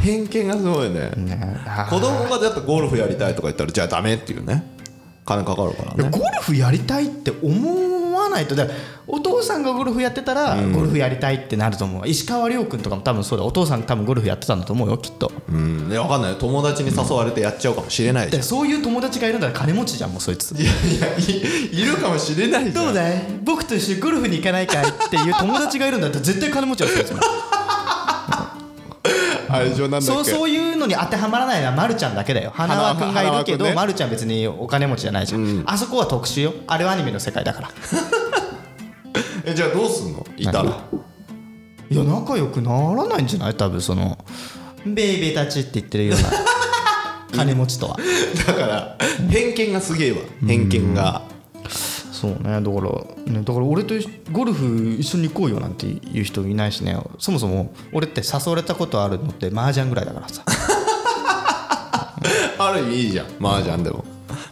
Speaker 2: 偏見がすごいね
Speaker 1: ねあー
Speaker 2: 子供がだってゴルフやりたいとか言ったらじゃあダメっていうね金かかるからね
Speaker 1: ゴルフやりたいって思わないとだからお父さんがゴルフやってたらゴルフやりたいってなると思う石川遼君とかも多分そうだお父さん多分ゴルフやってたんだと思うよきっと
Speaker 2: うんいやわかんない友達に誘われてやっちゃうかもしれないじゃ
Speaker 1: でそういう友達がいるんだから金持ちじゃんもうそいつ
Speaker 2: んいやいやいいるかもしれないじ
Speaker 1: ど
Speaker 2: ゃ
Speaker 1: うんだい僕と一緒にゴルフに行かないかいっていう友達がいるんだったら絶対金持ちはそう ですもん
Speaker 2: 愛情なんだっけ
Speaker 1: そうそういうのに当てはまらないのはまるちゃんだけだよ花輪君がいるけど、
Speaker 2: 花輪君ね
Speaker 1: まるちゃん別にお金持ちじゃないじゃん、あそこは特殊よあれはアニメの世界だから
Speaker 2: えじゃあどうすんのいたら
Speaker 1: いや仲良くならないんじゃない多分そのベイベーたちって言ってるような 金持ちとは
Speaker 2: だから偏見がすげえわ偏見が
Speaker 1: そうねだから、ね、だから俺と一緒ゴルフ一緒に行こうよなんて言う人いないしねそもそも俺って誘われたことあるのって麻雀ぐらいだからさ
Speaker 2: ある意味いいじゃん麻雀でも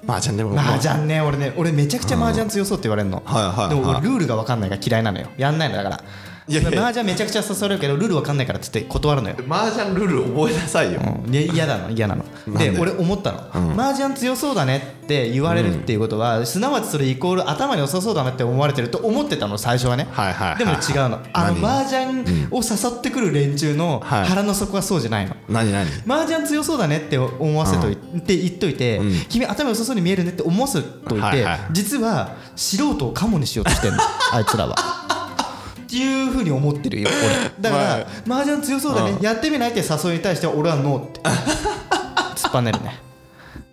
Speaker 2: 麻雀でも
Speaker 1: 麻雀ね俺ね俺めちゃくちゃ麻雀強そうって言われるの、
Speaker 2: はいはいはい
Speaker 1: でも俺ルールが分かんないから嫌いなのよやんないのだから
Speaker 2: いやいや
Speaker 1: 麻雀めちゃくちゃ誘われるけどルール分かんないからっつって断るのよ
Speaker 2: 麻雀ルール覚えなさいよ、
Speaker 1: うんで嫌なの嫌なの
Speaker 2: なん
Speaker 1: で
Speaker 2: で
Speaker 1: 俺思ったの、麻雀強そうだねって言われるっていうことは、すなわちそれイコール頭に良さそうだなって思われてると思ってたの最初はね、
Speaker 2: はいはいはい
Speaker 1: でも違うのあの
Speaker 2: 何
Speaker 1: 麻雀を誘ってくる連中の
Speaker 2: はい
Speaker 1: 腹の底はそうじゃないの、
Speaker 2: 何何
Speaker 1: 麻雀強そうだねって思わせといて、って言っといて、
Speaker 2: ん
Speaker 1: 君頭良さそうに見えるねって思わせといて、
Speaker 2: はいはい
Speaker 1: 実は素人をカモにしようとしてんの あいつらは。っていうふうに思ってるよ 俺だから、
Speaker 2: はい
Speaker 1: 麻雀強そうだね、やってみないって誘いに対しては俺はノーって突っぱねるね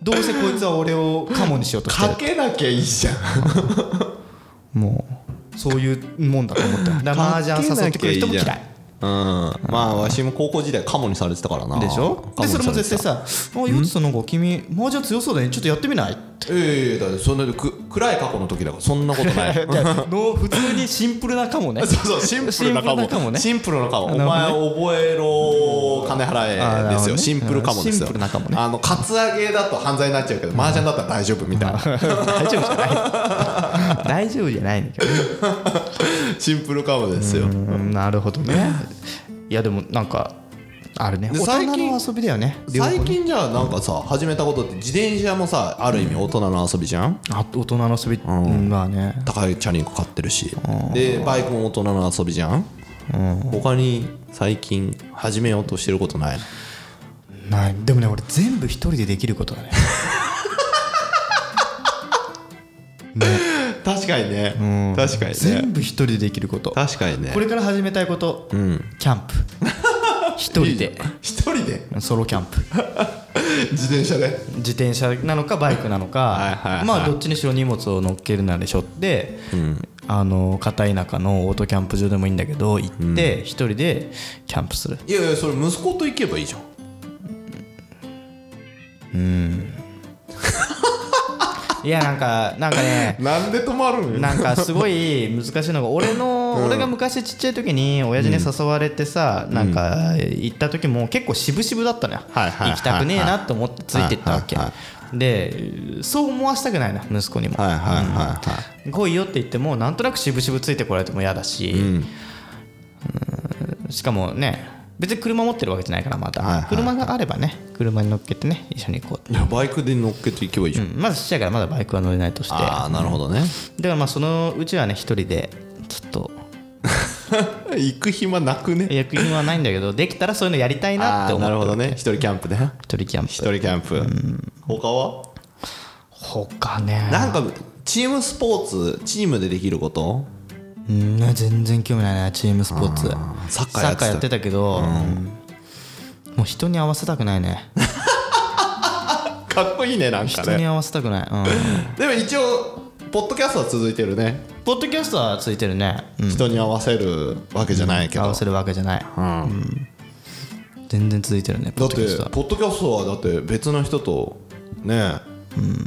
Speaker 1: どうせこいつは俺をカモにしようとして
Speaker 2: か
Speaker 1: る
Speaker 2: けなきゃいいじゃん
Speaker 1: もうそういうもんだと思っただから麻雀誘ってくる人も嫌い
Speaker 2: うん、まあわしも高校時代カモにされてたからな
Speaker 1: でしょ
Speaker 2: カモ
Speaker 1: で
Speaker 2: にさ
Speaker 1: そ
Speaker 2: れ
Speaker 1: れ
Speaker 2: て
Speaker 1: も
Speaker 2: た
Speaker 1: 絶対さ「あヨッツさんなんか君麻雀強そうだねちょっとやってみない?」
Speaker 2: ええだってそんなにく暗い過去の時だからそんなことない
Speaker 1: いやの普通にシンプルなかもね
Speaker 2: そうそうシンプルなカ
Speaker 1: シンプルなカモ
Speaker 2: モ
Speaker 1: ね
Speaker 2: シンプルなカモお
Speaker 1: なる
Speaker 2: 前覚えろ金払えですよ
Speaker 1: あーなるほどね
Speaker 2: シンプルカモです
Speaker 1: シ
Speaker 2: よ
Speaker 1: ンプルなカモね
Speaker 2: あのカツアゲだと犯罪になっちゃうけど麻雀だったら大丈夫みたいな
Speaker 1: 大丈夫じゃない大丈夫じゃないんだけど
Speaker 2: シンプルカモです
Speaker 1: う
Speaker 2: よ
Speaker 1: んなるほどねいやでもなんかあるね
Speaker 2: で
Speaker 1: 大人
Speaker 2: 最近
Speaker 1: の遊びだよね両方ね
Speaker 2: 最近じゃあなんかさ始めたことって自転車もさある意味大人の遊びじゃん
Speaker 1: あ大人の遊びうんまあね
Speaker 2: 高いチャリンコ買ってるしでバイクも大人の遊びじゃん他に最近始めようとしてることないの
Speaker 1: ないでもね俺全部一人でできることだね
Speaker 2: 確かにね確かに
Speaker 1: 全部一人でできること
Speaker 2: 確かにね
Speaker 1: これから始めたいことキャ ンプ一人で
Speaker 2: 一人で
Speaker 1: ソロキャンプ
Speaker 2: 自転車で
Speaker 1: 自転車なのかバイクなの
Speaker 2: いはい
Speaker 1: か
Speaker 2: はい
Speaker 1: まあどっちにしろ荷物を乗っけるなでしょって、あの片田舎のオートキャンプ場でもいいんだけど行って一人でキャンプする、
Speaker 2: いやいやそれ息子と行けばいいじゃん
Speaker 1: いやなんかなんか ね
Speaker 2: なんで泊まるん
Speaker 1: なんかすごい難しいのが俺の、俺が昔ちっちゃい時に親父に誘われてさ、なんか行った時も結構渋々だったのよ、
Speaker 2: はいはいはいはい
Speaker 1: 行きたくねえなと思ってついてったわけ、
Speaker 2: はいは
Speaker 1: でそう思わせたくないな息子にも、
Speaker 2: はいはいはいは
Speaker 1: 来いよって言ってもなんとなく渋々ついてこられても嫌だし、うんしかもね別に車持ってるわけじゃないからまた、
Speaker 2: はいはい
Speaker 1: 車があればね車に乗っけてね一緒に行こうって
Speaker 2: いいやバイクで乗っけて行けばいいじゃん、
Speaker 1: うんまずちっちゃいからまだバイクは乗れないとしてだ
Speaker 2: あ
Speaker 1: か
Speaker 2: あなるほどね
Speaker 1: らまあそのうちはね一人でちょっと
Speaker 2: 行く暇なくね
Speaker 1: 役員はないんだけどできたらそういうのやりたいなっ
Speaker 2: あ
Speaker 1: て
Speaker 2: あ
Speaker 1: 思
Speaker 2: なる
Speaker 1: う
Speaker 2: ほどね一人キャンプね
Speaker 1: 一人キャン
Speaker 2: 一
Speaker 1: プ
Speaker 2: 人キャンプ、他は
Speaker 1: 他ね
Speaker 2: なんかチームスポーツチームでできること
Speaker 1: うん全然興味ないねチームスポーツ
Speaker 2: サッカー
Speaker 1: サッ
Speaker 2: やってた
Speaker 1: カーやってたけど、うんもう人に合わせたくないね
Speaker 2: かっこいいねなんか
Speaker 1: 人に合わせたくない、うん
Speaker 2: でも一応ポッドキャストは続いてるね、
Speaker 1: ポッドキャストはついてるね、うん、
Speaker 2: 人に合わせるわけじゃないけど、
Speaker 1: 合わせるわけじゃない、
Speaker 2: うん
Speaker 1: 全然続いてるねポ
Speaker 2: だ
Speaker 1: ッド
Speaker 2: って
Speaker 1: キャストは
Speaker 2: ポッドキャストはだって別の人とね、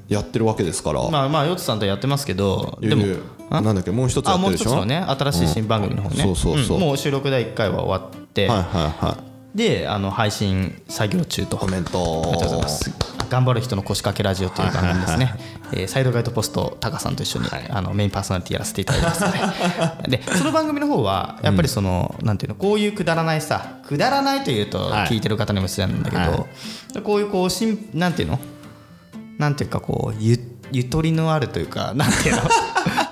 Speaker 2: やってるわけですから、
Speaker 1: まあまあヨッツさんとやってますけど
Speaker 2: いや
Speaker 1: で
Speaker 2: いや
Speaker 1: もあ
Speaker 2: なんだっけもう一つや
Speaker 1: あ
Speaker 2: って
Speaker 1: もう
Speaker 2: るで
Speaker 1: 一つ
Speaker 2: しょ
Speaker 1: のね新しい新番組の方ね、
Speaker 2: うんそうそうそうん
Speaker 1: もう収録第1回は終わって、
Speaker 2: はいはいはい
Speaker 1: であの配信作業中と
Speaker 2: コメント
Speaker 1: ありがとうございます頑張る人の腰掛けラジオという番組ですね、えーサイドガイドポストタカさんと一緒に、あのメインパーソナリティやらせていただい てますのででその番組の方はやっぱりその、なんていうのこういうくだらないさくだらないというと
Speaker 2: はい
Speaker 1: 聞いてる方にも失礼なんだけど、
Speaker 2: は
Speaker 1: こういうこうしんなんていうのなんていうかこうゆゆとりのあるというかなん ていうの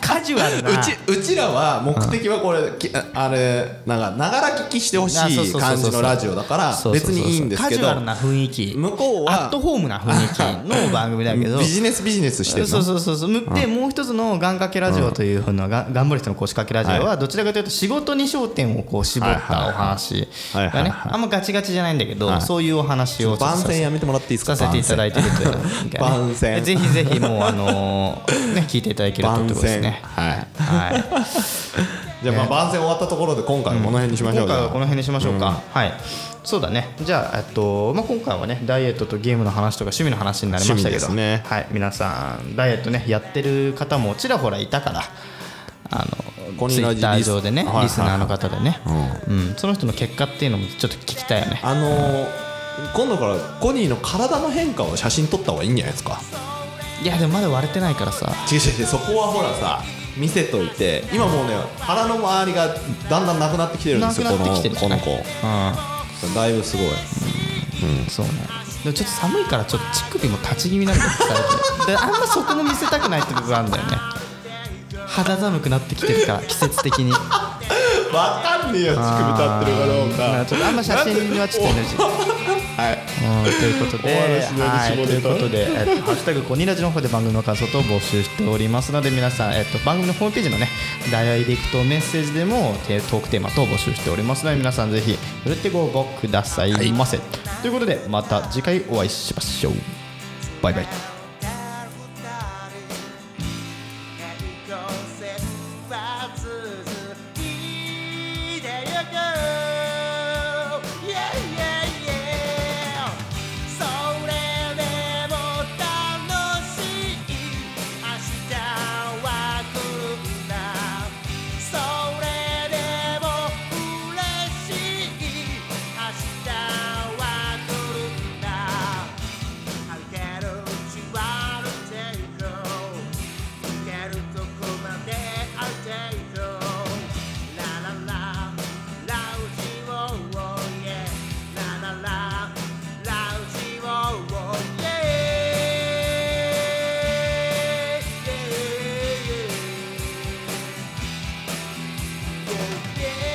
Speaker 1: カジュアルな
Speaker 2: うちうちらは目的はこれ、きあれなんかながら聞きしてほし
Speaker 1: あそうそうそうそ
Speaker 2: いう感じのラジオだから
Speaker 1: そうそうそ
Speaker 2: 別
Speaker 1: うそう
Speaker 2: にいいんです
Speaker 1: カ
Speaker 2: け
Speaker 1: ジ
Speaker 2: ど
Speaker 1: ュアルな雰囲気
Speaker 2: 向こうは
Speaker 1: アットホームな雰囲気の番組だけど
Speaker 2: ビジネスビジネスしてるの
Speaker 1: そうそうそうそうむでもう一つの願掛けラジオというふうなが頑張る人の腰掛けラジオはどちらかというと仕事に焦点をこう絞ったお話
Speaker 2: はい
Speaker 1: が
Speaker 2: はいはいはいはい
Speaker 1: ねあんまガチガチじゃないんだけどそういうお話をちょっと
Speaker 2: 番
Speaker 1: さ
Speaker 2: 宣やめてもらっていいですか
Speaker 1: させていただいてるという
Speaker 2: 番宣
Speaker 1: ぜ ひ ぜひもうあのーね聞いていただけるとということですね
Speaker 2: 番宣はい
Speaker 1: はい
Speaker 2: じゃあまあ番宣終わったところで今回はこの辺にしましょう
Speaker 1: 今回は
Speaker 2: じゃあ
Speaker 1: この辺にしましょうか、はいそうだねじゃあ、えっとまあ、今回はねダイエットとゲームの話とか趣味の話になりましたけど、
Speaker 2: 趣味ですね
Speaker 1: はい、皆さんダイエットねやってる方もちらほらいたからあの
Speaker 2: こん
Speaker 1: ツイ
Speaker 2: な
Speaker 1: ッ
Speaker 2: リス
Speaker 1: ター上でね、
Speaker 2: はいはい
Speaker 1: リスナーの方でね、うん、その人の結果っていうのもちょっと聞きたいよね
Speaker 2: あのー今度からコニーの体の変化を写真撮った方がいいんじゃないですか
Speaker 1: いやでもまだ割れてないからさ
Speaker 2: 違う違う違うそこはほらさ見せといて今もうね腹の周りがだんだんなくなってきてるんで
Speaker 1: な
Speaker 2: す
Speaker 1: く
Speaker 2: よ
Speaker 1: な
Speaker 2: こ
Speaker 1: って
Speaker 2: の
Speaker 1: きてる
Speaker 2: この子
Speaker 1: う
Speaker 2: だいぶすごい
Speaker 1: ん、そうねでもちょっと寒いからちょっと乳首も立ち気味なんだよ疲れてであんまそこも見せたくないって部分あるんだよね肌寒くなってきてるから季節的 に
Speaker 2: わかんねえよ乳首立ってるかどう
Speaker 1: あ
Speaker 2: か
Speaker 1: ーちょっとあんま写真はちょっと NG
Speaker 2: はい
Speaker 1: うん、ということで、
Speaker 2: お話の
Speaker 1: は
Speaker 2: 下
Speaker 1: い、
Speaker 2: ネタ
Speaker 1: ということで、えっと、ハッシュタグコニラジの方で番組の感想等を募集しておりますので、皆さん、えっと、番組のホームページのね、ダイレクトメッセージでも、テトークテーマ等を募集しておりますので、皆さんぜひ、ふるってご応募くださいませ。ということで、また次回お会いしましょう。バイバイ。
Speaker 4: Go. 「やるとこまである程度」「ララララウジをおいえ」「ララララウジをおいえ」「イェイイェイイェイイェイ」